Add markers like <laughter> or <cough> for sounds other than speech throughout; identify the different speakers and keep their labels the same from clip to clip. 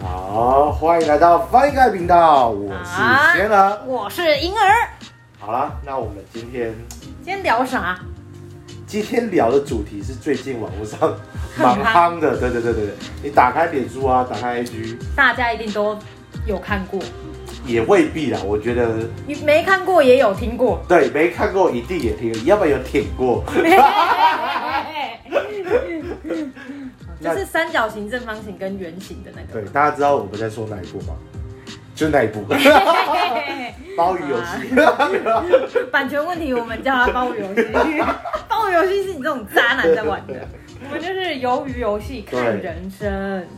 Speaker 1: 好，欢迎来到翻盖频道，我
Speaker 2: 啊
Speaker 1: 是天呢。
Speaker 2: 我是银儿，
Speaker 1: 好啦，那我们今天
Speaker 2: 今天聊啥？
Speaker 1: 今天聊的主题是最近网络上蛮夯的，对对对对对，你打开脸书啊，打开 IG
Speaker 2: 大家一定都有看过，
Speaker 1: 也未必啦，我觉得
Speaker 2: 你没看过也有
Speaker 1: <laughs>
Speaker 2: 听过。
Speaker 1: 对，没看过一定也听，要不然有舔过。
Speaker 2: 就是三角形、正方形跟圆形的那
Speaker 1: 对
Speaker 2: 个。，
Speaker 1: 大家知道我们在说哪一部吗？就那一部鲍鱼游戏， <laughs>
Speaker 2: 版权问题，我们叫它包鱼游戏。包鱼游戏是你这种渣男在玩的，我们就是鱿鱼游戏看人生。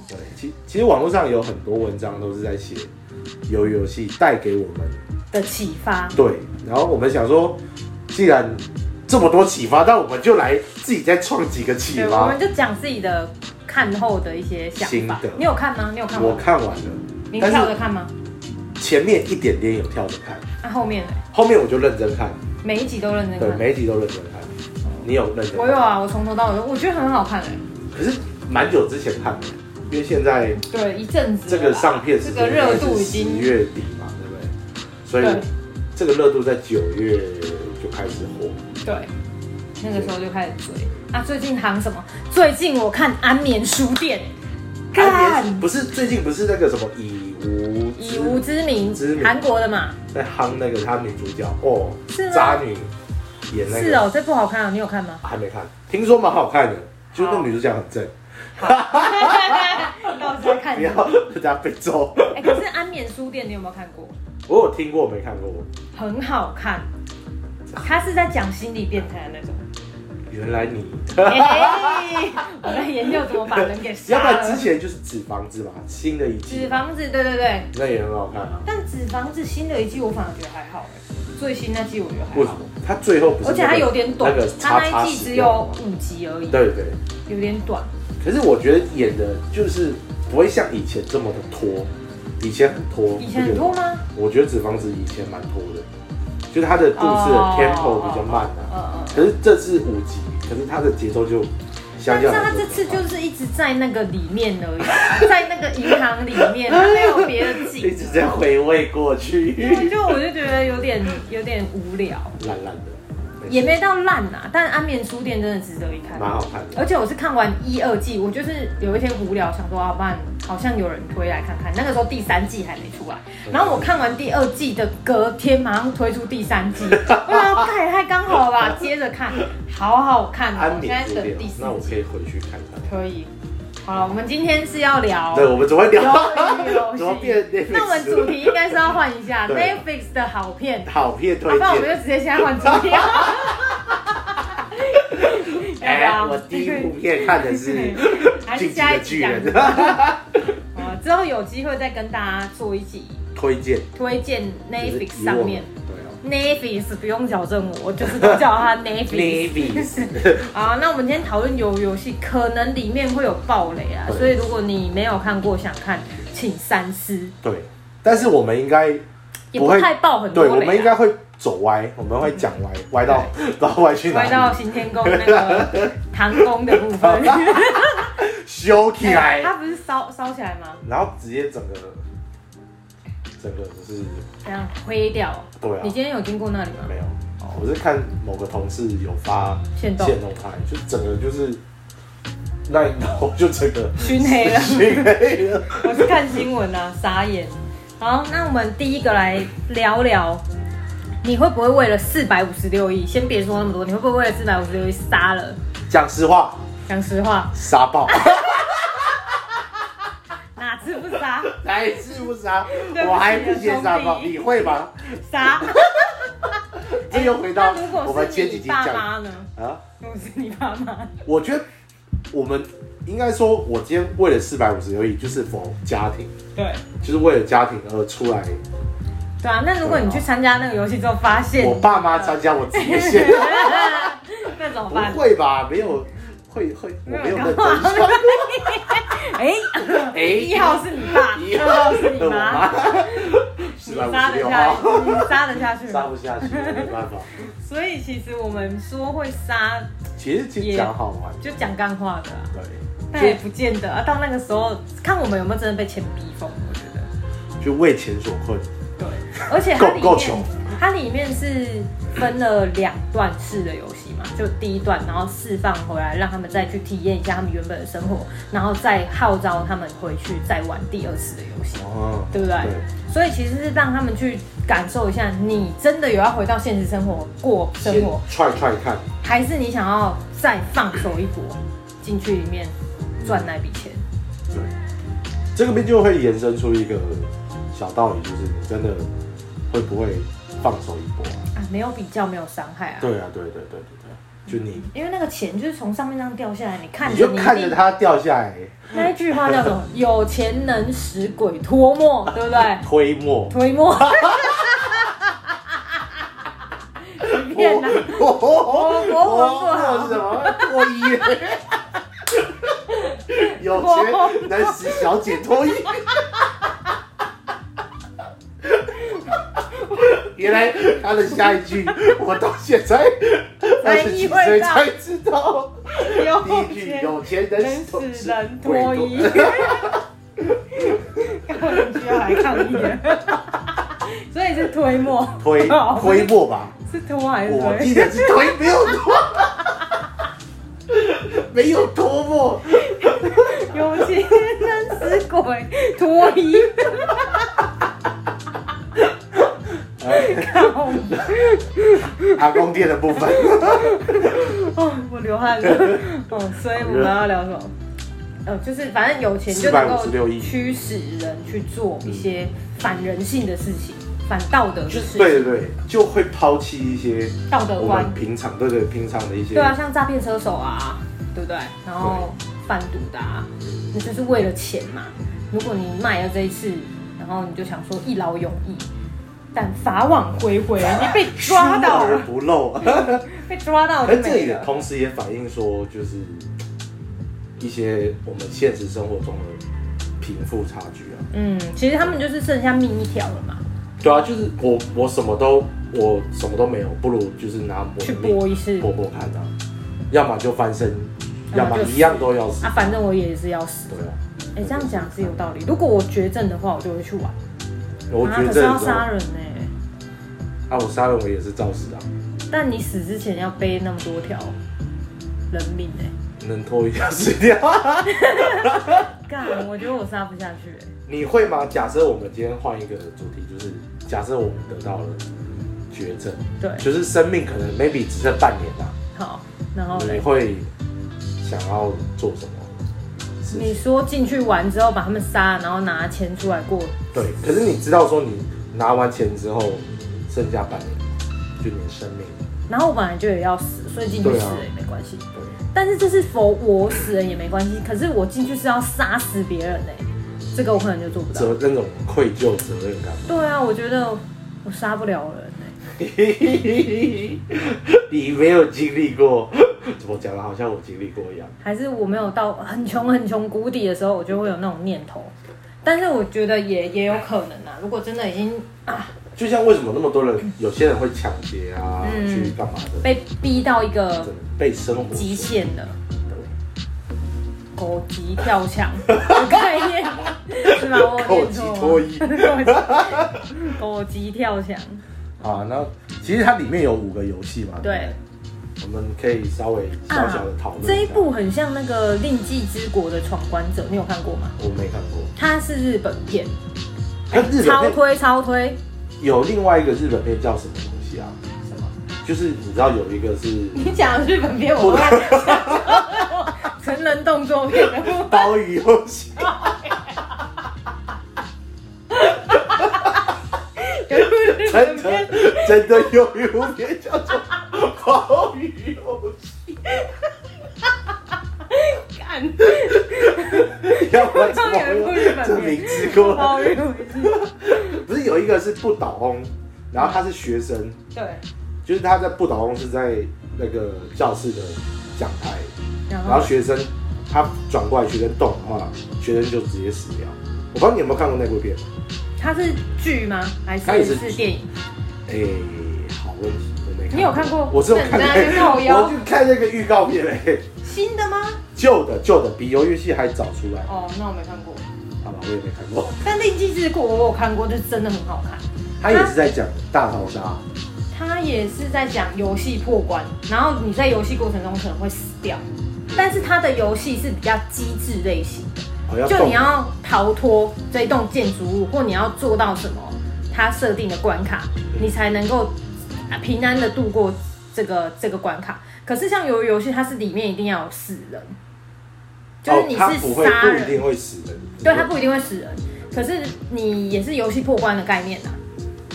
Speaker 1: 对，其其实网络上有很多文章都是在写鱿鱼游戏带给我们
Speaker 2: 的启发，
Speaker 1: 对，然后我们想说，既然这么多启发，那我们就来自己再创几个启
Speaker 2: 对，我
Speaker 1: 发
Speaker 2: 们。就讲自己的看后的一些想
Speaker 1: 心
Speaker 2: 法
Speaker 1: 得。
Speaker 2: 你有看吗？你有看
Speaker 1: 我
Speaker 2: 吗？
Speaker 1: 看完了，
Speaker 2: 你
Speaker 1: 但是
Speaker 2: 跳着看吗？
Speaker 1: 前面一点点有跳着看，
Speaker 2: 那后面呢？
Speaker 1: 后面我就认真看，
Speaker 2: 每一集都认真
Speaker 1: 对，
Speaker 2: 看。
Speaker 1: 每一集都认真看。你有认真看？
Speaker 2: 我有。啊，我从头到尾都，我觉得很好看哎、
Speaker 1: 可是蛮久之前看的，因为现在
Speaker 2: 对，一阵子
Speaker 1: 这
Speaker 2: 了
Speaker 1: 个
Speaker 2: 吧
Speaker 1: 上片时
Speaker 2: 啊这
Speaker 1: 间
Speaker 2: 个
Speaker 1: 应
Speaker 2: 热
Speaker 1: 该
Speaker 2: 度
Speaker 1: 是
Speaker 2: 已
Speaker 1: 十
Speaker 2: 经
Speaker 1: 月底嘛，对不对？所以
Speaker 2: 对
Speaker 1: 这个热度在九月就开始火。
Speaker 2: 对，那个时候就开始追啊。最近行什么？最近我看《安眠书店》，
Speaker 1: 安
Speaker 2: 看
Speaker 1: 眠啊不是最近不是那个什么以无
Speaker 2: 以无之名
Speaker 1: 之，名
Speaker 2: 韩国的嘛，
Speaker 1: 在夯那个她女主角哦，
Speaker 2: 是吗
Speaker 1: 渣女演那个，
Speaker 2: 是哦，这不好看啊，你有
Speaker 1: <laughs>？
Speaker 2: 看吗
Speaker 1: 还没看，听说蛮好看的，就是那
Speaker 2: 好
Speaker 1: 女主角很正，
Speaker 2: 到底在看
Speaker 1: 不
Speaker 2: 什
Speaker 1: 要
Speaker 2: 么？
Speaker 1: 大家被揍。 <laughs>
Speaker 2: 哎、可是《安眠书店》你有没有看过？
Speaker 1: 我有听过，没看过。
Speaker 2: 很好看，它是在讲心理变
Speaker 1: <laughs>
Speaker 2: 态的那种。
Speaker 1: 原来你，
Speaker 2: 哎，我在研究怎么把人给
Speaker 1: 要不
Speaker 2: 杀
Speaker 1: 然之
Speaker 2: 了。
Speaker 1: 前就是纸房子嘛，新的一季
Speaker 2: 纸，房子，对对对，
Speaker 1: 那也很好看啊。
Speaker 2: 但纸房子新的一季我反而觉得还好哎，最新那季我觉得还
Speaker 1: 为什
Speaker 2: 好
Speaker 1: 么，？他最后不是
Speaker 2: 而且它有点短
Speaker 1: 那个，
Speaker 2: 它
Speaker 1: 叉
Speaker 2: 那
Speaker 1: 叉
Speaker 2: 一季只
Speaker 1: 死掉
Speaker 2: 有
Speaker 1: 了吗
Speaker 2: 五集而已，
Speaker 1: 对对。
Speaker 2: 有点短。
Speaker 1: 可是我觉得演的就是不会像以前这么的拖，以前很拖，
Speaker 2: 以前很多
Speaker 1: 不觉得吗
Speaker 2: 吗？
Speaker 1: 我觉得纸房子以前蛮拖的，就是他的故事的
Speaker 2: 哦
Speaker 1: tempo 比较慢啊。
Speaker 2: 嗯嗯。
Speaker 1: 可是这次五集，可是它的节奏就相
Speaker 2: 但
Speaker 1: 较
Speaker 2: 是
Speaker 1: 来说
Speaker 2: 他这次就是一直在那个里面而已， <laughs> 在那个银行里面，他没有别的景
Speaker 1: <laughs> 一直在
Speaker 2: 了。
Speaker 1: 回味过去，
Speaker 2: 对，就我就觉得有点有点无聊，
Speaker 1: 烂烂的，
Speaker 2: 也没到烂啊。但安眠书店真的值得一看，
Speaker 1: 蛮好看的。
Speaker 2: 而且我是看完一二季，我就是有一天无聊，想说啊，不然好像有人推来看看。那个时候第三季还没出来，然后我看完第二季的隔天，马上推出第
Speaker 1: <laughs>
Speaker 2: 三季，我想说看也太刚好了吧，接着看，好好看哦、
Speaker 1: 安
Speaker 2: 我现
Speaker 1: 眠
Speaker 2: 在
Speaker 1: 书
Speaker 2: 等
Speaker 1: 店
Speaker 2: 第，四
Speaker 1: 那我可
Speaker 2: 季
Speaker 1: 以回去看看。
Speaker 2: 可以。好了，我们今天是要聊
Speaker 1: 对，我们怎么会聊？
Speaker 2: 鱿鱼
Speaker 1: 怎么
Speaker 2: 游
Speaker 1: 变
Speaker 2: 戏，
Speaker 1: Netflix
Speaker 2: 那我们主题应该是要换一下
Speaker 1: 对
Speaker 2: Netflix 的好片，
Speaker 1: 好片
Speaker 2: 好
Speaker 1: 推
Speaker 2: 不然我们就
Speaker 1: 荐。
Speaker 2: 直接现在换主题。 <laughs>
Speaker 1: 哎，我第一部片看的是《
Speaker 2: 啊 <laughs> 还是
Speaker 1: 进击
Speaker 2: 下
Speaker 1: 的
Speaker 2: 一集
Speaker 1: 巨
Speaker 2: 讲
Speaker 1: 人》 <laughs>
Speaker 2: 啊，之后有机会再跟大家做一集
Speaker 1: 推荐
Speaker 2: 推荐
Speaker 1: 就是以
Speaker 2: Netflix
Speaker 1: 我
Speaker 2: 上面。
Speaker 1: 对哦
Speaker 2: Netflix 不用矫正我，我就是都叫
Speaker 1: <laughs>
Speaker 2: 它 Netflix。
Speaker 1: ，Navy
Speaker 2: <laughs> 好，那我们今天讨论游游戏，可能里面会有暴雷啊，
Speaker 1: 对
Speaker 2: 所以如果你没有看过想看，请三思，
Speaker 1: 对，但是我们应该
Speaker 2: 也不
Speaker 1: 不会
Speaker 2: 太爆很多
Speaker 1: 对，
Speaker 2: 雷、啊。
Speaker 1: 我们应该会走歪，我们会讲歪，歪 <laughs> 到不知道歪去哪
Speaker 2: 回到
Speaker 1: 里，
Speaker 2: 行天宫
Speaker 1: <laughs>
Speaker 2: 那个唐宫的部分，
Speaker 1: 修 <laughs> 起来。
Speaker 2: <laughs> 它不是烧烧起来吗？
Speaker 1: 然后直接整个整个就是
Speaker 2: 这样灰掉。
Speaker 1: 对啊
Speaker 2: 你，今天有经过那里吗？
Speaker 1: 没有，哦我是看某个同事有发
Speaker 2: 现动
Speaker 1: 现动态，就整个就是那 <laughs> 一刀就整个
Speaker 2: 熏黑了
Speaker 1: 熏黑了。
Speaker 2: 我是看新闻啊，傻眼。好，那我们第一个来聊聊，你会不会为了四百五十六亿，先别说那么多，你会不会为了四百五十六亿杀了？
Speaker 1: 讲实话，
Speaker 2: 讲实话，
Speaker 1: 杀
Speaker 2: <laughs>
Speaker 1: 爆，
Speaker 2: 哪次不杀？
Speaker 1: 来是不杀？
Speaker 2: 对不起
Speaker 1: 我还不嫌杀爆，
Speaker 2: 兄弟
Speaker 1: 你会吗？ <laughs>
Speaker 2: 杀。哎
Speaker 1: 这又回到
Speaker 2: 那如果
Speaker 1: 我们
Speaker 2: 是
Speaker 1: 前几
Speaker 2: 你
Speaker 1: 集
Speaker 2: 爸
Speaker 1: 讲
Speaker 2: 妈呢？
Speaker 1: 啊，
Speaker 2: 如果是你爸妈，
Speaker 1: 我觉得我们应该说，我今天为了四百五十而已，就是否家庭，
Speaker 2: 对
Speaker 1: 就是为了家庭而出来。
Speaker 2: 对啊。那如果你去参加那个游戏之后发现，
Speaker 1: 我爸妈参加我职业线。
Speaker 2: <laughs> 那怎么办
Speaker 1: 不？会吧？没有，会会，我没有认真说。
Speaker 2: <laughs>
Speaker 1: <laughs>
Speaker 2: 哎，
Speaker 1: 哎，
Speaker 2: 一号是你爸，
Speaker 1: 一
Speaker 2: 二号是你
Speaker 1: 我
Speaker 2: 妈，
Speaker 1: 妈，
Speaker 2: 你 <laughs>
Speaker 1: 四百五
Speaker 2: 杀
Speaker 1: 十
Speaker 2: 得
Speaker 1: 六
Speaker 2: 下
Speaker 1: 号，
Speaker 2: 去，你杀得下
Speaker 1: <laughs>
Speaker 2: 去
Speaker 1: 杀
Speaker 2: 吗？
Speaker 1: 不下去，没办法。
Speaker 2: 所以其实我们说会杀，
Speaker 1: 其实其实讲好玩，
Speaker 2: 就讲干话的啊、
Speaker 1: 对，
Speaker 2: 但也不见得啊。到那个时候，看我们有没有真的被钱逼疯。我
Speaker 1: 就为钱所困，
Speaker 2: 对，而且它
Speaker 1: 够
Speaker 2: 里
Speaker 1: 够穷
Speaker 2: 面。它里面是分了两段式的游戏嘛，就第一段，然后释放回来，让他们再去体验一下他们原本的生活，然后再号召他们回去再玩第二次的游戏，
Speaker 1: 哦，
Speaker 2: 对不对？所以其实是让他们去感受一下，你真的有要回到现实生活过生
Speaker 1: 先
Speaker 2: 活，
Speaker 1: 踹踹看，
Speaker 2: 还是你想要再放手一搏，进去里面赚那笔钱？
Speaker 1: 对，这个边就会延伸出一个小道理，就是你真的会不会放手一搏、啊？
Speaker 2: 啊，没有比较，没有伤害啊。
Speaker 1: 对啊，对对对对对，就你
Speaker 2: 因为那个钱就是从上面这样掉下来，你看
Speaker 1: 你
Speaker 2: 着
Speaker 1: 就
Speaker 2: 你一
Speaker 1: 看
Speaker 2: 定
Speaker 1: 着它掉下来，
Speaker 2: 那一句话叫
Speaker 1: <laughs>
Speaker 2: 什么？有钱能使鬼推磨，对不对？
Speaker 1: 推磨，
Speaker 2: 推磨。随便啦，
Speaker 1: 我
Speaker 2: 我我玩过啊
Speaker 1: 是什么？脱衣。有钱能使小姐脱衣。原来他的下一句，我到现在二十几岁才知道。第
Speaker 2: 有
Speaker 1: 一句
Speaker 2: 钱
Speaker 1: 有钱能脱
Speaker 2: 能使人脱衣。
Speaker 1: <laughs>
Speaker 2: 根本需要来抗议的，所以是推磨，
Speaker 1: 推
Speaker 2: 哦
Speaker 1: 推磨吧，
Speaker 2: 是拖还是
Speaker 1: 我
Speaker 2: 推
Speaker 1: 记？得是推，没有脱， <laughs> 没有脱墨。
Speaker 2: 有钱能使鬼脱衣，靠！
Speaker 1: 哎阿公店的部分，
Speaker 2: 哦，我流汗了。
Speaker 1: <laughs>
Speaker 2: 哦，所以我们要聊什么？呃，就是反正有钱就能够
Speaker 1: 456亿嗯
Speaker 2: 驱使人去做一些反人性的事情、反道德的事情、
Speaker 1: <laughs> 对对对，就会抛弃一些
Speaker 2: 道德
Speaker 1: 我
Speaker 2: 观
Speaker 1: 们。平常对对平常的一些
Speaker 2: 对啊，像诈骗车手啊，对不对？然后贩毒的啊，你就是为了钱嘛。如果你卖了这一次，然后你就想说一劳永逸，但法网恢恢，你被抓
Speaker 1: 疏
Speaker 2: 到
Speaker 1: 而
Speaker 2: 了， <laughs>
Speaker 1: 不漏。 <laughs>
Speaker 2: 被抓到
Speaker 1: 而
Speaker 2: 就
Speaker 1: 这
Speaker 2: 没
Speaker 1: 也
Speaker 2: 了。
Speaker 1: 同时也反映说，就是一些我们现实生活中的贫富差距啊。
Speaker 2: 嗯，其实他们就是剩下命一条了嘛，
Speaker 1: 对啊，就是我我什么都我什么都没有，不如就是拿我
Speaker 2: 去
Speaker 1: 的命
Speaker 2: 搏一次。
Speaker 1: 搏搏看啊，要么就翻身，要
Speaker 2: 要么
Speaker 1: 么
Speaker 2: 就死
Speaker 1: 一样都要死
Speaker 2: 啊，。反正我也是要死。
Speaker 1: 对啊，
Speaker 2: 哎、这样讲是有道理。如果我绝症的话，我就会去玩。
Speaker 1: 我
Speaker 2: 啊，
Speaker 1: 觉得
Speaker 2: 可
Speaker 1: 这
Speaker 2: 是
Speaker 1: 种
Speaker 2: 要杀人呢、
Speaker 1: 啊，我杀人我也是照死啊，
Speaker 2: 但你死之前要背那么多条人命呢、
Speaker 1: 能拖一条死掉。 <laughs>
Speaker 2: 干，我觉得我杀不下去、欸。
Speaker 1: 你会吗？假设我们今天换一个主题，就是假设我们得到了绝症，
Speaker 2: 对，
Speaker 1: 就是生命可能 maybe 只剩半年啦，
Speaker 2: 好，然后
Speaker 1: 你
Speaker 2: 嘞，
Speaker 1: 会想要做什么事
Speaker 2: 你
Speaker 1: 情？
Speaker 2: 说进去玩之后把他们杀了，然后拿钱出来过，
Speaker 1: 对，可是你知道说你拿完钱之后剩下半年，就你的生命，
Speaker 2: 然后我本来就也要死，所以进去
Speaker 1: 对
Speaker 2: 死
Speaker 1: 啊
Speaker 2: 了也没关系。
Speaker 1: 对，
Speaker 2: 但是这是否我死了也没关系，可是我进去是要杀死别人呢、这个我可能就做不到。
Speaker 1: 责那种愧疚责任感。 <laughs>
Speaker 2: 对啊，我觉得我杀不了人欸呢、
Speaker 1: 你没有经历过，怎么讲的？啊好像我经历过一样。
Speaker 2: 还是我没有到很穷很穷谷底的时候，我就会有那种念头。但是我觉得也也有可能啊，如果真的已经啊
Speaker 1: 就像为什么那么多人，有些人会抢劫啊，
Speaker 2: 嗯
Speaker 1: 去干嘛的？
Speaker 2: 被逼到一个
Speaker 1: 真的被生活
Speaker 2: 极限了，
Speaker 1: 对
Speaker 2: 狗急跳墙的概念是吗？
Speaker 1: <laughs>
Speaker 2: 我有念错吗
Speaker 1: 狗急
Speaker 2: 狗急 <laughs> 狗急跳墙，
Speaker 1: 啊。那其实它里面有五个游戏嘛，
Speaker 2: 对
Speaker 1: 不对，啊我们可以稍微小小的讨论、
Speaker 2: 啊这一部，很像那个《令计之国的闯关者》，你有看过吗？
Speaker 1: 我没看过，
Speaker 2: 它是日本片，
Speaker 1: 可啊是日
Speaker 2: 超
Speaker 1: 本片
Speaker 2: 推超推，
Speaker 1: 有另外一个日本片叫什么东西啊？
Speaker 2: 什么？
Speaker 1: 就是你知道有一个是
Speaker 2: 你讲日本片，我都在想说成人动作片的部分
Speaker 1: 刀鱼游戏，真的
Speaker 2: 日本片，
Speaker 1: 真的有一部片叫做刀鱼游戏。 <laughs>
Speaker 2: 干
Speaker 1: 要不然怎么会这名字过？
Speaker 2: 包容性
Speaker 1: 不是有一个是不倒翁，然后他是学生，
Speaker 2: 对，
Speaker 1: 就是他在不倒翁是在那个教室的讲台，
Speaker 2: 然
Speaker 1: 然
Speaker 2: 后
Speaker 1: 后学生他转过来，学生动的话，学生就直接死掉。我不知道你有没有看过那部片？
Speaker 2: 它是剧吗？还
Speaker 1: 它也
Speaker 2: 是
Speaker 1: 是
Speaker 2: 是电影？
Speaker 1: 哎、好问题，我没看。
Speaker 2: 你有看过
Speaker 1: 我是有看
Speaker 2: 那你在那边靠腰
Speaker 1: 我去看那个预告片嘞、哎
Speaker 2: 新的吗？
Speaker 1: 旧的旧的比《鱿鱼戏》还早出来
Speaker 2: 哦，那我没看过。
Speaker 1: 好吧，我也没看过。
Speaker 2: 但《令季之国》我有看过，就是真的很好看。
Speaker 1: 他也是在讲大逃杀，
Speaker 2: 它也是在讲游戏破关，然后你在游戏过程中可能会死掉，但是它的游戏是比较机制类型的，
Speaker 1: 哦要
Speaker 2: 就
Speaker 1: 动
Speaker 2: 你要逃脱这一栋建筑物，或你要做到什么它设定的关卡，你才能够啊平安的度过这个这个关卡。可是像鱿鱼游戏，它是里面一定要有死人，就是你
Speaker 1: 哦他不
Speaker 2: 是
Speaker 1: 会
Speaker 2: 杀
Speaker 1: 不一
Speaker 2: 人，
Speaker 1: 定会死人，
Speaker 2: 对，它不一定会死人，可是你也是游戏破关的概念呐、啊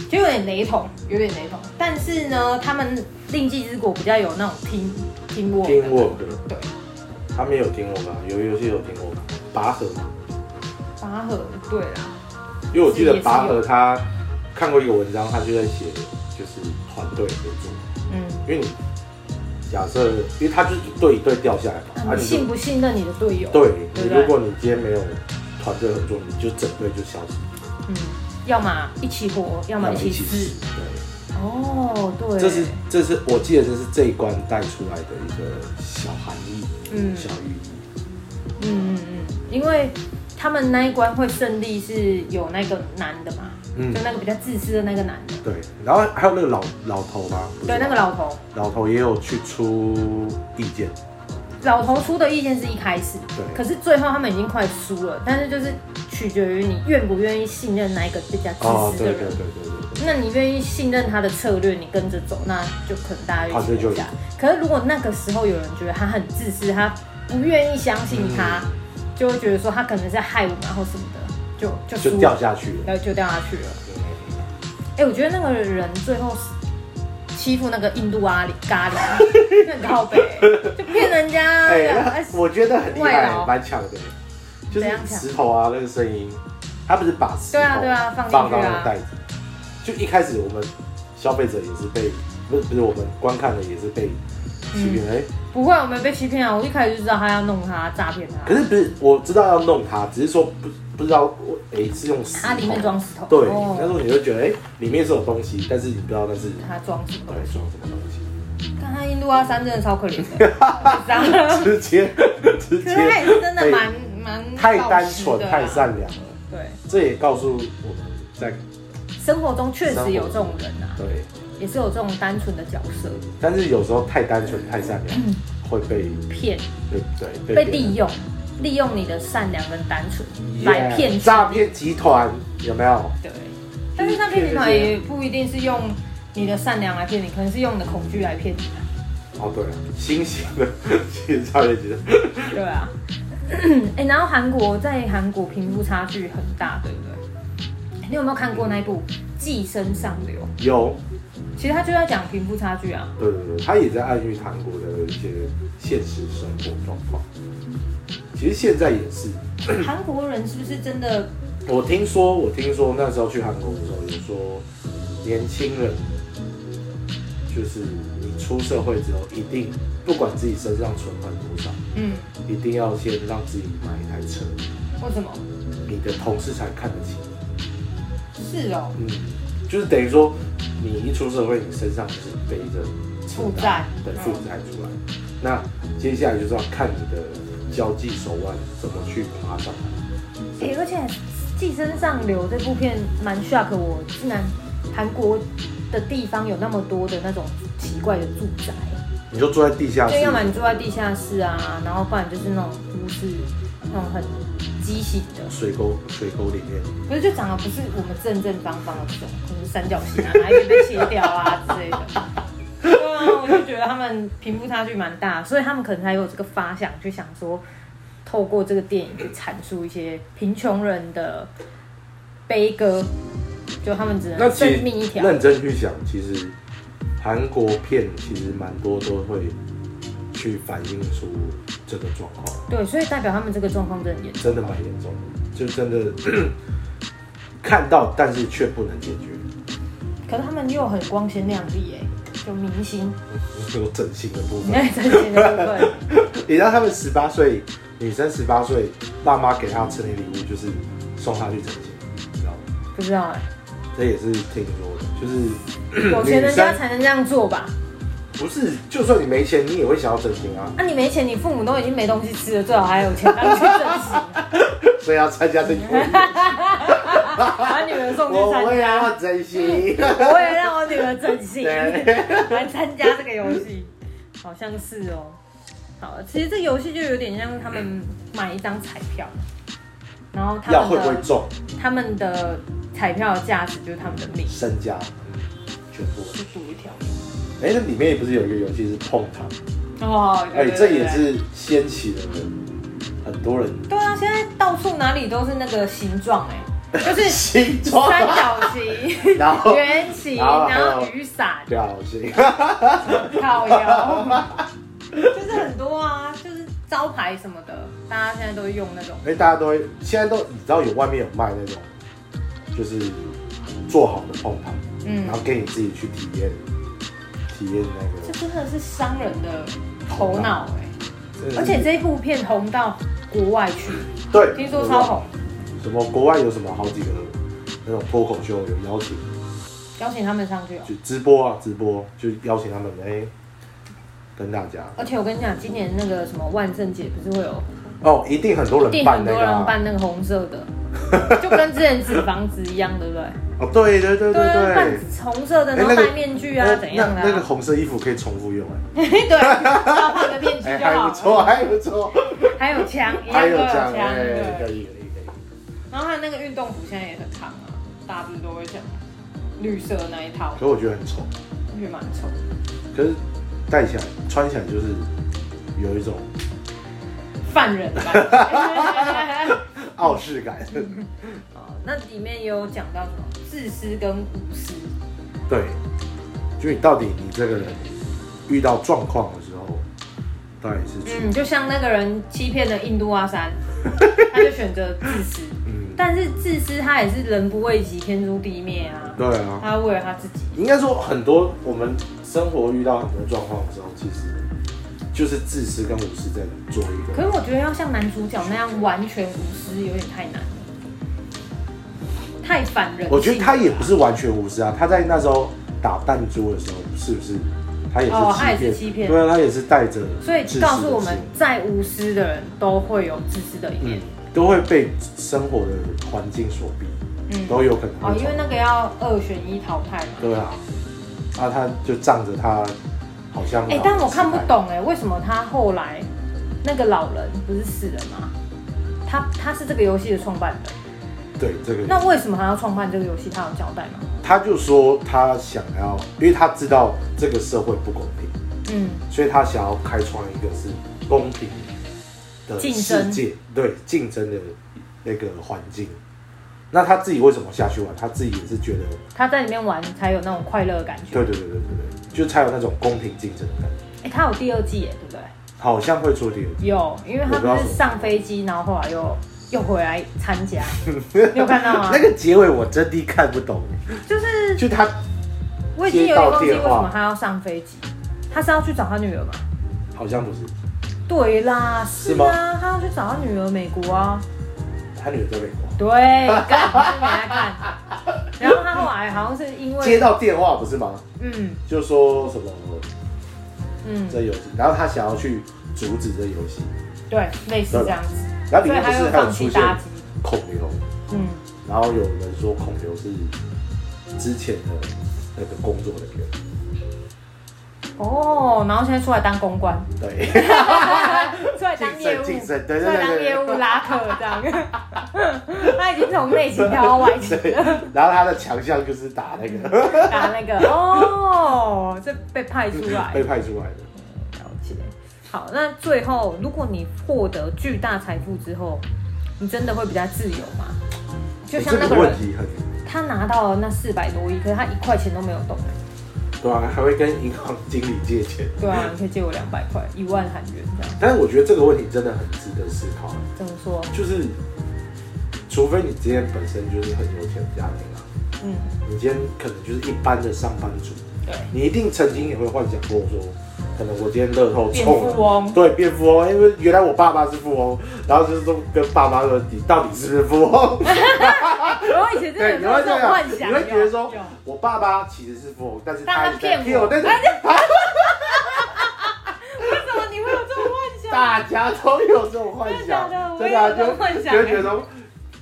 Speaker 2: 就有点雷同，有点雷同。但是呢，他们另计之国比较有那种听听我
Speaker 1: 听我的，
Speaker 2: 对，
Speaker 1: 他们有听我吧？有游戏有听我吧？啊拔河嘛，
Speaker 2: 拔河对啦，
Speaker 1: 因为我记得拔河他看过一个文章，他就在写就是团队合作，
Speaker 2: 嗯。
Speaker 1: 因为你假设，因为他就是一对一对掉下来嘛，啊
Speaker 2: 啊你
Speaker 1: 你就
Speaker 2: 信不信任你的队友？
Speaker 1: 对
Speaker 2: 对
Speaker 1: 你
Speaker 2: 不对
Speaker 1: 如果你今天没有团队合作，你就整队就消失，
Speaker 2: 嗯，要么一起活，要么
Speaker 1: 然后
Speaker 2: 一
Speaker 1: 一
Speaker 2: 起
Speaker 1: 起
Speaker 2: 死
Speaker 1: 死。。对，
Speaker 2: 哦，对，
Speaker 1: 这是这是我记得这是这一关带出来的一个小含义，
Speaker 2: 嗯
Speaker 1: 小寓意，
Speaker 2: 嗯嗯嗯，因为他们那一关会胜利是有那个男的嘛，
Speaker 1: 嗯
Speaker 2: 就那个比较自私的那个男的，
Speaker 1: 对。然后还有那个老老头吧，不是
Speaker 2: 对，那个老头，
Speaker 1: 老头也有去出意见，
Speaker 2: 老头出的意见是一开始，
Speaker 1: 对
Speaker 2: 可是最后他们已经快输了，但是就是取决于你愿不愿意信任那一个比较
Speaker 1: 哦
Speaker 2: 自，私的
Speaker 1: 对
Speaker 2: 人。
Speaker 1: 对对对对对，
Speaker 2: 那你愿意信任他的策略，你跟着走，那就可能大家一起留下
Speaker 1: 啊。
Speaker 2: 可是如果那个时候有人觉得他很自私，他不愿意相信他，
Speaker 1: 嗯
Speaker 2: 就会觉得说他可能在害我们啊或什么的，就就输
Speaker 1: 就
Speaker 2: 了
Speaker 1: 掉下去了。
Speaker 2: 然后就掉下去了。
Speaker 1: 对
Speaker 2: 哎、我觉得那个人最后是欺负那个印度阿里咖喱，那高北就骗人家，
Speaker 1: <laughs> 哎、
Speaker 2: 哎
Speaker 1: 那我觉得很厉
Speaker 2: 外
Speaker 1: 害
Speaker 2: 劳，
Speaker 1: 蛮强的，就
Speaker 2: 怎
Speaker 1: 是
Speaker 2: 样抢
Speaker 1: 石头啊那个声音，他不是把石头
Speaker 2: 对啊对啊放进去
Speaker 1: 到
Speaker 2: 啊
Speaker 1: 那个袋子，就一开始我们消费者也是被，不是不是我们观看的也是被欺
Speaker 2: 嗯
Speaker 1: 骗，哎、
Speaker 2: 不会，我没被欺骗啊！我一开始就知道他要弄他，诈骗
Speaker 1: 可
Speaker 2: 他。
Speaker 1: 是不是我知道要弄它，只是说不不知道我哎、是用石头，
Speaker 2: 他里面装石头，
Speaker 1: 对，
Speaker 2: 哦
Speaker 1: 那时候你就觉得哎、里面是有东西，但是你不知道那是哦
Speaker 2: 他装什么 <laughs>
Speaker 1: 到
Speaker 2: 东
Speaker 1: 底
Speaker 2: 西？
Speaker 1: 装什么东西。
Speaker 2: 看他印度阿三真的超 <laughs> 可怜的，可
Speaker 1: 直接直接
Speaker 2: 是他也是真的啊
Speaker 1: 被
Speaker 2: 蛮蛮
Speaker 1: 太单
Speaker 2: 老实
Speaker 1: 纯、
Speaker 2: 的啦
Speaker 1: 太善良了。
Speaker 2: 对，
Speaker 1: 这也告诉我们在
Speaker 2: 生活中确实有这种人啊，
Speaker 1: 对，
Speaker 2: 也是有这种单纯的角色
Speaker 1: 但是有时候太单纯、太善良会被
Speaker 2: 骗
Speaker 1: 被对
Speaker 2: 嗯被
Speaker 1: 别人
Speaker 2: 利用，利用你的善良跟单纯
Speaker 1: Yeah，
Speaker 2: 来骗取
Speaker 1: 诈骗集团有没有？
Speaker 2: 对，但是诈骗集团也不一定是用你的善良来骗你，可能是用你的恐惧来骗你啊。
Speaker 1: 哦，对了，新型的 <laughs> 新诈骗集团，
Speaker 2: 对 <coughs> 啊，哎、然后韩国在韩国贫富差距很大，对不对？欸你有没有看过那一部《寄生上流》？
Speaker 1: 有，
Speaker 2: 其实他就在讲贫富差距啊。 <coughs>
Speaker 1: 对对对，他也在暗喻韩国的一些现实生活状况。其实现在也是，
Speaker 2: 韩国人是不是真的？
Speaker 1: 我听说，我听说那时候去韩国的时候，有说年轻人就是你出社会之后，一定不管自己身上存款多少，
Speaker 2: 嗯，
Speaker 1: 一定要先让自己买一台车，
Speaker 2: 为什么？
Speaker 1: 你的同事才看得起你。
Speaker 2: 是哦，
Speaker 1: 嗯，就是等于说你一出社会，你身上就是背着车
Speaker 2: 负
Speaker 1: 贷
Speaker 2: 债
Speaker 1: 对
Speaker 2: 嗯
Speaker 1: 负债出来。那接下来就是要看你的交际手腕怎么去爬上来。
Speaker 2: 哎、而且《寄生上流》这部片蛮 shock 我，竟然韩国的地方有那么多的那种奇怪的住宅，
Speaker 1: 你就坐在地下室
Speaker 2: 就，要么你住在地下室啊，然后不然就是那种都市那种很畸形的，
Speaker 1: 水沟水沟里面。
Speaker 2: 不是就长得不是我们正正方方的这种，可能是三角形啊，哪一边被切掉啊之类的。对啊，我就觉得他们贫富差距蛮大，所以他们可能才有这个发想，去想说透过这个电影去阐述一些贫穷人的悲歌，就他们只
Speaker 1: 那
Speaker 2: 能
Speaker 1: 其
Speaker 2: 生
Speaker 1: 实
Speaker 2: 命一条。
Speaker 1: 认真去想，其实韩国片其实蛮多都会去反映出这个状况，
Speaker 2: 对，所以代表他们这个状况真的很严重。
Speaker 1: 真的蛮严重的，就真的 <coughs> 看到，但是却不能解决。
Speaker 2: 可是他们又很光鲜亮丽哎，就明
Speaker 1: <laughs>
Speaker 2: 星，
Speaker 1: 有整形的部
Speaker 2: 你 <laughs>
Speaker 1: 分，
Speaker 2: 看这些部分。
Speaker 1: 也让他们十八岁女生十八岁，爸妈给她生日礼物就是送她去整形，你知道吗？
Speaker 2: 不知
Speaker 1: <laughs>
Speaker 2: 道哎、
Speaker 1: 这也是挺多的，就是
Speaker 2: 有
Speaker 1: <coughs>
Speaker 2: 钱人家才能这样做吧？
Speaker 1: 不是，就算你没钱，你也
Speaker 2: <laughs>
Speaker 1: 会想要整形啊。
Speaker 2: 啊，你没钱，你父母都已经没东西吃了，最好还有钱让你去整形。
Speaker 1: 所以要参加这一部演
Speaker 2: <laughs>
Speaker 1: 戏，
Speaker 2: 把女儿送去
Speaker 1: 我啊
Speaker 2: 参
Speaker 1: 我也
Speaker 2: 加，
Speaker 1: 要珍
Speaker 2: <laughs>
Speaker 1: 惜。
Speaker 2: 我也让我女儿整形
Speaker 1: 对
Speaker 2: 来参加这个游戏，好像是哦。好，其实这游戏就有点像他们买一张彩票，然后他
Speaker 1: 要会
Speaker 2: 们
Speaker 1: 不会
Speaker 2: 的
Speaker 1: 中
Speaker 2: 他们的彩票的价值就是他们的命，
Speaker 1: 身家，嗯全部。
Speaker 2: 就赌一条。
Speaker 1: 哎、那里面也不是有一个游戏是碰糖？
Speaker 2: 哦，
Speaker 1: 哎、
Speaker 2: 对对
Speaker 1: 这
Speaker 2: 对
Speaker 1: 也
Speaker 2: 对
Speaker 1: 是掀起了很多人
Speaker 2: 对啊，现在到处哪里都是那个形状哎、就是
Speaker 1: <laughs> 形状
Speaker 2: 三角形、
Speaker 1: 然后
Speaker 2: 圆形，
Speaker 1: 然后还有
Speaker 2: 然后雨伞、
Speaker 1: 对啊，我是
Speaker 2: 靠腰， <laughs> 就是很多啊，就是招牌什么的，大家现在都用那种。
Speaker 1: <laughs> 因为大家都会现在都你知道有外面有卖那种，就是做好的碰糖，
Speaker 2: 嗯
Speaker 1: 然，后给你自己去体验体验那个，
Speaker 2: 这真的是商人的头脑哎、
Speaker 1: 真的是
Speaker 2: 而且这部片红到国外去，
Speaker 1: 嗯对
Speaker 2: 听说超，红，
Speaker 1: 什么国外有什么好几个那种脱口秀有邀请，
Speaker 2: 邀请他们上去哦、
Speaker 1: 就直播啊直播，就邀请他们哎、跟大家
Speaker 2: 而且我跟你讲，今年那个什么万圣节不是会有
Speaker 1: 哦，一定很多
Speaker 2: 一
Speaker 1: 人
Speaker 2: 定
Speaker 1: 办
Speaker 2: 很
Speaker 1: 那
Speaker 2: 多
Speaker 1: 个、
Speaker 2: 人
Speaker 1: 啊、
Speaker 2: 办那个红色的，
Speaker 1: <laughs>
Speaker 2: 就跟之前纸房子一样，对不对？
Speaker 1: 哦，对对对对
Speaker 2: 啊
Speaker 1: 对
Speaker 2: 办。红色的，
Speaker 1: 哎
Speaker 2: 然后
Speaker 1: 那个
Speaker 2: 戴面具啊，怎样的、
Speaker 1: 那那个
Speaker 2: 啊？
Speaker 1: 红色衣服可以重复用哎、
Speaker 2: <laughs> 对，要换个面具 <laughs>
Speaker 1: 哎、
Speaker 2: 就
Speaker 1: 还
Speaker 2: 好了。
Speaker 1: 不错，还不错，
Speaker 2: 还有枪，一样
Speaker 1: 还
Speaker 2: 都
Speaker 1: 有
Speaker 2: 有
Speaker 1: 这样
Speaker 2: 枪，
Speaker 1: 哎、可
Speaker 2: 对。
Speaker 1: 以可以可以，
Speaker 2: 然后还有那个运动服现在也很夯啊，大家不是都会讲绿色那一套，
Speaker 1: 可我觉得很丑，
Speaker 2: 我觉得蛮丑。
Speaker 1: <laughs> 可是戴起来穿起来就是有一种
Speaker 2: 犯
Speaker 1: <laughs>
Speaker 2: 人吧。
Speaker 1: 傲视
Speaker 2: <laughs>
Speaker 1: 感，
Speaker 2: 哦，那里面也有讲到什么自私跟无私，
Speaker 1: 对，就你到底你这个人遇到状况的时候，到底是出
Speaker 2: 嗯，就像那个人欺骗了印度阿三，
Speaker 1: <laughs>
Speaker 2: 他就选择自私，
Speaker 1: 嗯
Speaker 2: 但是自私他也是人不为己，天诛地灭啊，
Speaker 1: 对啊，
Speaker 2: 他为了他自己，
Speaker 1: 应该说很多我们生活遇到很多状况的时候，其实就是自私跟无私在做一个，
Speaker 2: 可是我觉得要像男主角那样完全无私，有点太难了，太反人性了。
Speaker 1: 我觉得他也不是完全无私啊，他在那时候打弹珠的时候，是不是他也
Speaker 2: 哦他也是
Speaker 1: 是
Speaker 2: 欺
Speaker 1: 欺骗？
Speaker 2: 骗
Speaker 1: 对啊，他也是带着自私
Speaker 2: 所
Speaker 1: 的
Speaker 2: 以
Speaker 1: 心，
Speaker 2: 告诉我们，再无私的人都会有自私的一面
Speaker 1: 嗯。，都会被生活的环境所逼，
Speaker 2: 嗯，
Speaker 1: 都有可能
Speaker 2: 哦，
Speaker 1: 会
Speaker 2: 因为
Speaker 1: 走
Speaker 2: 那个要二选一淘汰嘛。
Speaker 1: 对啊，那他就仗着他好像
Speaker 2: 哎、但我看不，懂哎，为什么他后来那个老人不是死了吗？他他是这个游戏的创办人，
Speaker 1: 对这个，
Speaker 2: 那为什么还要创办这个游戏？他有交代吗？
Speaker 1: 他就说他想要，因为他知道这个社会不公平，
Speaker 2: 嗯，
Speaker 1: 所以他想要开创一个是公平的
Speaker 2: 竞
Speaker 1: 世
Speaker 2: 争
Speaker 1: 界，对竞争的那个环境。那他自己为什么下去玩？他自己也是觉得，
Speaker 2: 他在里面玩才有那种快乐的感觉。
Speaker 1: 对对对对对对，就才有那种公平竞争的感觉。
Speaker 2: 哎、他有第二季耶，对不对？
Speaker 1: 好像会出第二季，
Speaker 2: 有，因为他不是上飞机，然后后来又又回来参加，
Speaker 1: <laughs>
Speaker 2: 你有看到吗
Speaker 1: 那？个结尾我真的看不懂，
Speaker 2: 就是
Speaker 1: 就他
Speaker 2: 我已经有点忘记为什么他要上飞机，他是要去找他女儿吗？
Speaker 1: 好像不是
Speaker 2: 对啦，是
Speaker 1: 是吗
Speaker 2: 啊，他要去找他女儿美国啊。
Speaker 1: 他女儿在美国，
Speaker 2: 对，干嘛没来看？然后他后来好像是因
Speaker 1: 接
Speaker 2: 为，
Speaker 1: 到电话不是吗？
Speaker 2: 嗯
Speaker 1: 就说什么
Speaker 2: 嗯，
Speaker 1: 这游戏，然后他想要去阻止这游戏，
Speaker 2: 对，类似这样子，
Speaker 1: 然后里
Speaker 2: 所以
Speaker 1: 面不
Speaker 2: 他
Speaker 1: 是
Speaker 2: 又
Speaker 1: 还有
Speaker 2: 放
Speaker 1: 出
Speaker 2: 弃
Speaker 1: 现
Speaker 2: 搭机，
Speaker 1: 孔刘，
Speaker 2: 嗯，
Speaker 1: 然后有人说孔刘是之前的那个工作人员，
Speaker 2: 哦，然后现在出来当公关， <laughs>
Speaker 1: 对，
Speaker 2: 出来当业务，
Speaker 1: 晋升晋升
Speaker 2: 出
Speaker 1: 对对对
Speaker 2: 来当业务拉客这样，
Speaker 1: <laughs>
Speaker 2: 他已经从内勤跳到外勤
Speaker 1: 对，然后他的强项就是打那个
Speaker 2: 打那个，哦，这被派出来
Speaker 1: 被。派出来的，
Speaker 2: 了解。好，那最后，如果你获得巨大财富之后，你真的会比较自由吗？就像那
Speaker 1: 哎这个
Speaker 2: 个人
Speaker 1: 问，题很，
Speaker 2: 他拿到了那四百多亿，可是他一块钱都没有动。
Speaker 1: 对啊，还会跟银行经理借钱，
Speaker 2: 对啊，你可以借我两百块，一万韩元这样。
Speaker 1: 但是我觉得这个问题真的很值得思考，
Speaker 2: 怎么说？
Speaker 1: 就是除非你今天本身就是很有钱的家庭啊。
Speaker 2: 嗯，
Speaker 1: 你今天可能就是一般的上班族，
Speaker 2: 对，
Speaker 1: 你一定曾经也会幻想过说，可能我今天乐透
Speaker 2: 变
Speaker 1: 中
Speaker 2: 富
Speaker 1: 了，
Speaker 2: 翁。
Speaker 1: 对，变富翁，因为原来我爸爸是富翁，然后就是说跟爸妈说你到底是不是富
Speaker 2: <laughs>
Speaker 1: 翁？
Speaker 2: 我以前真的
Speaker 1: 对，<laughs> 你
Speaker 2: 有
Speaker 1: 会哎
Speaker 2: 这
Speaker 1: 这
Speaker 2: 种
Speaker 1: 样
Speaker 2: 幻，想，啊
Speaker 1: 你会觉得说
Speaker 2: 有
Speaker 1: 我爸爸其实是富翁，但是
Speaker 2: 但
Speaker 1: 他
Speaker 2: 他 <laughs>
Speaker 1: 一直在
Speaker 2: 骗
Speaker 1: 骗
Speaker 2: 我
Speaker 1: 我，但是
Speaker 2: 为什么你会有这种幻想？
Speaker 1: 大家都有这种幻想，
Speaker 2: 真的
Speaker 1: 真
Speaker 2: 假
Speaker 1: 的啊
Speaker 2: 的
Speaker 1: 就
Speaker 2: 我也有这种幻想欸
Speaker 1: 就会觉得，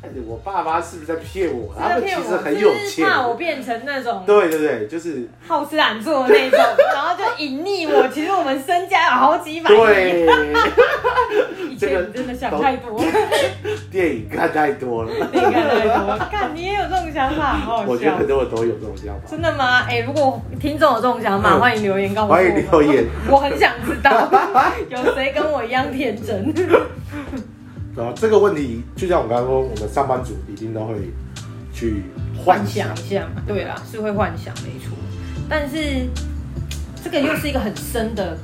Speaker 1: 哎我爸妈是不是在骗我？他们其实很有
Speaker 2: 就是
Speaker 1: 钱，
Speaker 2: 怕我变成那种
Speaker 1: 对对对，就是
Speaker 2: 好吃懒做的那种，然后就隐匿我。其实我们身家有好几百亿， <laughs>
Speaker 1: 对，
Speaker 2: 以前你真的想太多，你
Speaker 1: <laughs> 电影看太多了，
Speaker 2: <laughs> 看太
Speaker 1: <laughs>
Speaker 2: 多，看你也有这种想法，好好
Speaker 1: 我觉得
Speaker 2: 笑
Speaker 1: 很。多人都有这种想法。
Speaker 2: 真的吗？哎、如果听众有这种想法，
Speaker 1: 嗯
Speaker 2: 欢迎留言告诉我。
Speaker 1: 欢迎留 <laughs> 言，
Speaker 2: 我很想知
Speaker 1: <laughs>
Speaker 2: 道有谁跟我一样天真。
Speaker 1: 然啊后这个问题，就像我刚刚说，我们上班族一定都会去幻想，
Speaker 2: 一下嘛，对啦，是会幻想没错，但是这个又是一个很深的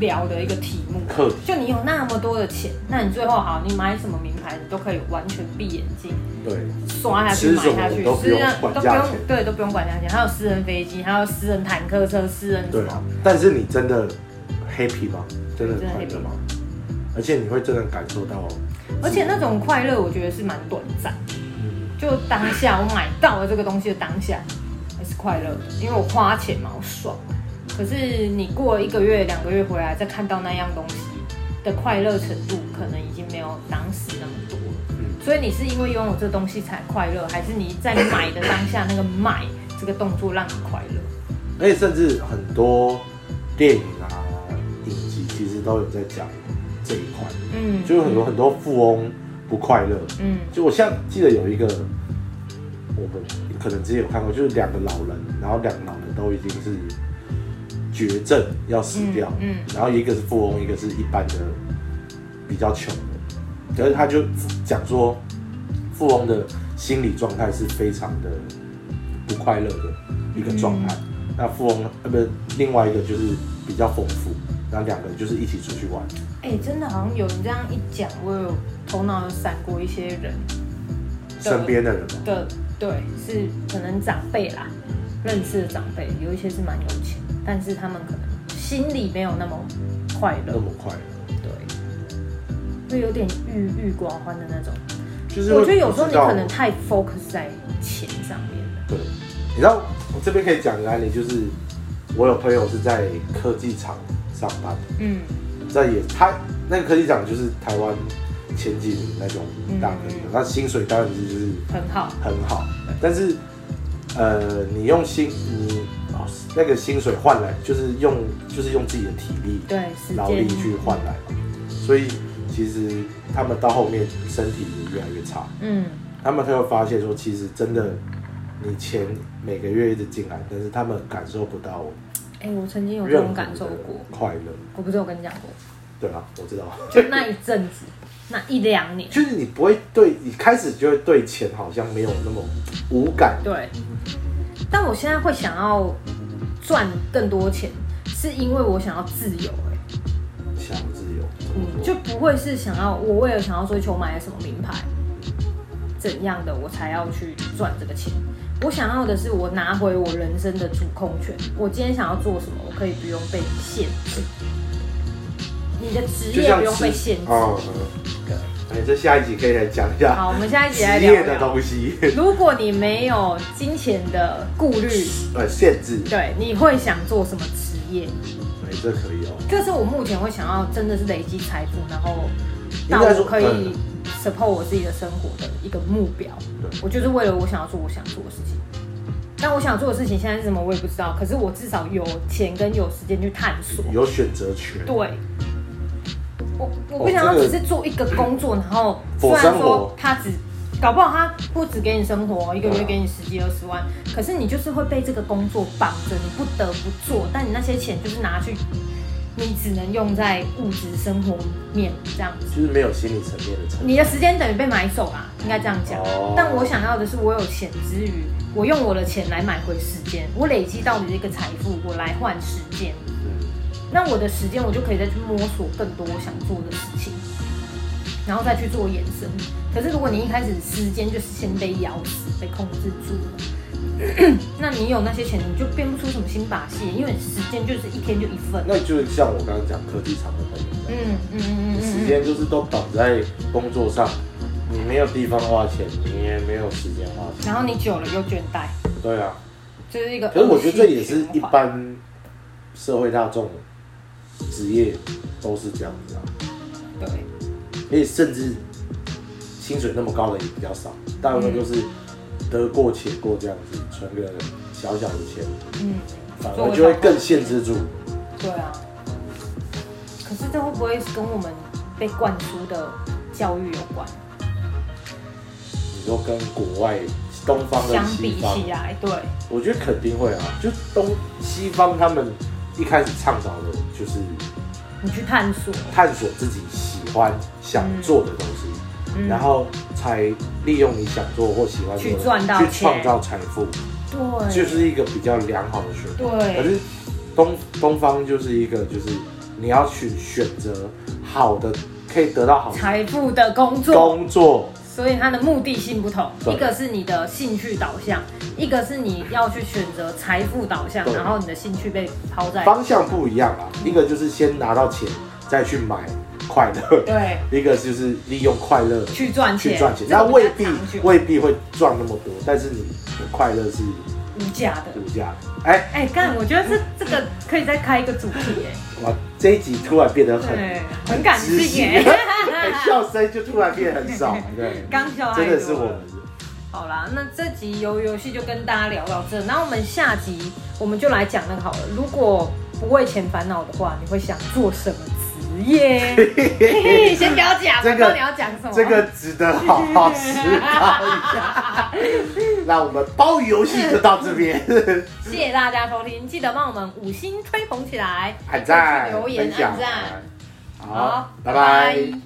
Speaker 2: 聊的一个题目。
Speaker 1: 课题。
Speaker 2: 就你有那么多的钱，那你最后好，你买什么名牌，你都可以完全闭眼睛
Speaker 1: 对，
Speaker 2: 刷下去买下
Speaker 1: 吃什
Speaker 2: 去，
Speaker 1: 么都不用
Speaker 2: 私人
Speaker 1: 管
Speaker 2: 都不
Speaker 1: 价
Speaker 2: 用
Speaker 1: 钱
Speaker 2: 对都不用管价钱，还有私人飞机，还有私人坦克车，私人什
Speaker 1: 对啊
Speaker 2: 么，
Speaker 1: 但是你真的 happy 吗？真的很快
Speaker 2: 真
Speaker 1: 乐
Speaker 2: 的 happy
Speaker 1: 吗？而且你会真的感受到，
Speaker 2: 而且那种快乐，我觉得是蛮短暂的。
Speaker 1: 嗯，
Speaker 2: 就当下我买到了这个东西的当下，还是快乐的，因为我花钱嘛，我爽。可是你过了一个月、两个月回来，再看到那样东西的快乐程度，可能已经没有当时那么多了。
Speaker 1: 嗯
Speaker 2: 所以你是因为拥有这东西才快乐，还是你在买的当下那个买这个动作让你快乐？
Speaker 1: 而且甚至很多电影啊、影集其实都有在讲这一块，
Speaker 2: 嗯，
Speaker 1: 就有很多很多富翁不快乐。
Speaker 2: 嗯
Speaker 1: 就我像记得有一个，我们可能之前有看过，就是两个老人，然后两个老人都已经是绝症要死掉，
Speaker 2: 嗯嗯
Speaker 1: 然后一个是富翁，一个是一般的比较穷的，可是他就讲说，富翁的心理状态是非常的不快乐的一个状态，
Speaker 2: 嗯
Speaker 1: 那富翁呃不是另外一个就是比较丰富，然后两个人就是一起出去玩，
Speaker 2: 哎、真的好像有人这样一讲，我有头脑有闪过一些人，
Speaker 1: 身边的人嘛，
Speaker 2: 的，对，是可能长辈啦，认识的长辈有一些是蛮有钱，但是他们可能心里没有那么快
Speaker 1: 那
Speaker 2: 乐，
Speaker 1: 么快乐，
Speaker 2: 对，会有点郁郁寡欢的那种。
Speaker 1: 就是
Speaker 2: 我
Speaker 1: 会
Speaker 2: 觉得有时候
Speaker 1: 不
Speaker 2: 你
Speaker 1: 知道
Speaker 2: 可能太 focus 在钱上面了，
Speaker 1: 对，你知道我这边可以讲一个案例，就是我有朋友是在科技厂上班，
Speaker 2: 嗯
Speaker 1: 在也他那个科技厂就是台湾前几名那种大科技厂
Speaker 2: 嗯，
Speaker 1: 那薪水当然是就是
Speaker 2: 很好，
Speaker 1: 很好，但是呃，你用薪你哦那个薪水换来就是用就是用自己的体力
Speaker 2: 对，时
Speaker 1: 劳力
Speaker 2: 间，
Speaker 1: 去换来嘛，所以其实他们到后面身体也越来越差。
Speaker 2: 嗯
Speaker 1: 他们才会发现说，其实真的，你钱每个月一直进来，但是他们感受不到
Speaker 2: 哎、我曾经有这
Speaker 1: 任何
Speaker 2: 种
Speaker 1: 的
Speaker 2: 感受过，
Speaker 1: 快乐。
Speaker 2: 我不是有跟你讲过，
Speaker 1: 对啊，我知道，
Speaker 2: 就那一阵子，那一两年，
Speaker 1: 就是你不会对，你开始就会对钱好像没有那么无感。
Speaker 2: 对，但我现在会想要赚更多钱，是因为我想要自由、欸，
Speaker 1: 想要自由，怎么
Speaker 2: 嗯，
Speaker 1: 说
Speaker 2: 就不会是想要我为了想要追求买了什么名牌，怎样的我才要去赚这个钱。我想要的是我拿回我人生的主控权，我今天想要做什么，我可以不用被限制，你的职
Speaker 1: 就
Speaker 2: 业
Speaker 1: 像
Speaker 2: 不用
Speaker 1: 吃
Speaker 2: 被限制。
Speaker 1: 哦嗯哎，这下一集可以来讲一下
Speaker 2: 好，
Speaker 1: <laughs>
Speaker 2: 我们现在一起来
Speaker 1: 职
Speaker 2: 聊
Speaker 1: 业的
Speaker 2: 聊。
Speaker 1: 东西，
Speaker 2: 如果你没有金钱的顾虑，
Speaker 1: 呃，限制，
Speaker 2: 对，你会想做什么职业？
Speaker 1: 哎，这可以哦。
Speaker 2: 这是我目前会想要真的是累积财富，然后
Speaker 1: 应
Speaker 2: 到
Speaker 1: 该说
Speaker 2: 我可
Speaker 1: 嗯
Speaker 2: 以 support 我自己的生活的一个目标。
Speaker 1: 对
Speaker 2: 我就是为了我想要做我想做的事情。但我想做的事情现在是什么，我也不知道。可是我至少有钱跟有时间去探索。
Speaker 1: 有选择权，
Speaker 2: 对，我我不想要
Speaker 1: 哦这个
Speaker 2: 只是做一个工作，然后虽
Speaker 1: 否
Speaker 2: 然
Speaker 1: 生
Speaker 2: 说
Speaker 1: 活
Speaker 2: 他只。搞不好他不只给你生活，一个
Speaker 1: 对
Speaker 2: 月
Speaker 1: 啊
Speaker 2: 给你十几二十万，
Speaker 1: 嗯
Speaker 2: 可是你就是会被这个工作绑着，你不得不做。但你那些钱就是拿去，你只能用在物质生活面这样子。
Speaker 1: 就是没有心理层面的成
Speaker 2: 你的时间等于被买走啦，应该这样讲。
Speaker 1: 哦
Speaker 2: 但我想要的是，我有钱之余，我用我的钱来买回时间，我累积到的这个财富，我来换时间。
Speaker 1: 嗯，
Speaker 2: 那我的时间我就可以再去摸索更多我想做的事情，然后再去做延伸。可是如果你一开始时间就是先被咬死、被控制住了， <clears throat> 那你有那些钱，你就变不出什么新把戏，因为时间就是一天就一份。
Speaker 1: 那就像我刚刚讲科技厂的朋友这样。
Speaker 2: 嗯嗯嗯嗯
Speaker 1: 时
Speaker 2: 嗯
Speaker 1: 间就是都绑在工作上，你没有地方花钱，你也没有时间花
Speaker 2: 嗯。
Speaker 1: 钱。
Speaker 2: 然后你久了又倦怠，
Speaker 1: 对啊，
Speaker 2: 就是一个。
Speaker 1: 可是我觉得这也是一。般社会大众职业都是这样子啊，对，而且甚至薪水那么高的也比较少，大部分都是得过且过这样子，存个小小的钱，
Speaker 2: 嗯，
Speaker 1: 反而就会更限制住。
Speaker 2: 对啊。可是这会不会是跟我们被灌输的教育有关？
Speaker 1: 你说跟国外东方跟
Speaker 2: 相
Speaker 1: 西
Speaker 2: 比
Speaker 1: 方，
Speaker 2: 起来，对，
Speaker 1: 我觉得肯定会啊，就东西方他们一开始倡导的就是
Speaker 2: 你去探索，
Speaker 1: 探索自己喜欢想做的东西。
Speaker 2: 嗯
Speaker 1: 然后才利用你想做或喜欢做的
Speaker 2: 去赚到
Speaker 1: 去
Speaker 2: 钱
Speaker 1: 创造财富，
Speaker 2: 对，
Speaker 1: 就是一个比较良好的循环。
Speaker 2: 对
Speaker 1: 可是东东方就是一个，就是你要去选择好的，可以得到好的
Speaker 2: 财富的工作，
Speaker 1: 工作，
Speaker 2: 所以它的目的性不同，
Speaker 1: 对
Speaker 2: 一个是你的兴趣导向，一个是你要去选择财富导向，
Speaker 1: 对
Speaker 2: 然后你的兴趣被抛在
Speaker 1: 方向不一样啦。啊
Speaker 2: 嗯
Speaker 1: 一个就是先拿到钱，再去买快乐；
Speaker 2: 对
Speaker 1: 一个就是利用快乐
Speaker 2: 去赚钱，
Speaker 1: 去赚钱，
Speaker 2: 这
Speaker 1: 那
Speaker 2: 个
Speaker 1: 未
Speaker 2: 比
Speaker 1: 必
Speaker 2: 较长久
Speaker 1: 未必会赚那么多，但是你的快乐是
Speaker 2: 无价的。
Speaker 1: 无价的。哎，
Speaker 2: 哎，干，我觉得这这个可以再开一个主题，
Speaker 1: 哇，这一集突然变得
Speaker 2: 哎，
Speaker 1: <laughs> 很
Speaker 2: 对，很感
Speaker 1: 知
Speaker 2: 性
Speaker 1: 性，哎
Speaker 2: 耶。
Speaker 1: 笑声就突然变得很少，对，
Speaker 2: <laughs> 刚笑太多
Speaker 1: 真
Speaker 2: 了
Speaker 1: 的是我
Speaker 2: <laughs>
Speaker 1: 们
Speaker 2: 好啦，那这集游游戏就跟大家聊到这，那我们下集我们就来讲那个好了。如果不为钱烦恼的话，你会想做什么
Speaker 1: <laughs>
Speaker 2: 职业？嘿嘿先不要讲，
Speaker 1: 这个
Speaker 2: 我知道你要讲什么？
Speaker 1: 这个值得好好思考一下。那我们包邮游戏就到这边，
Speaker 2: 谢谢大家收听，记得帮我们五星吹捧起来，
Speaker 1: 按赞、
Speaker 2: <laughs> 留言、
Speaker 1: 分享
Speaker 2: 按赞。，
Speaker 1: 好，拜拜。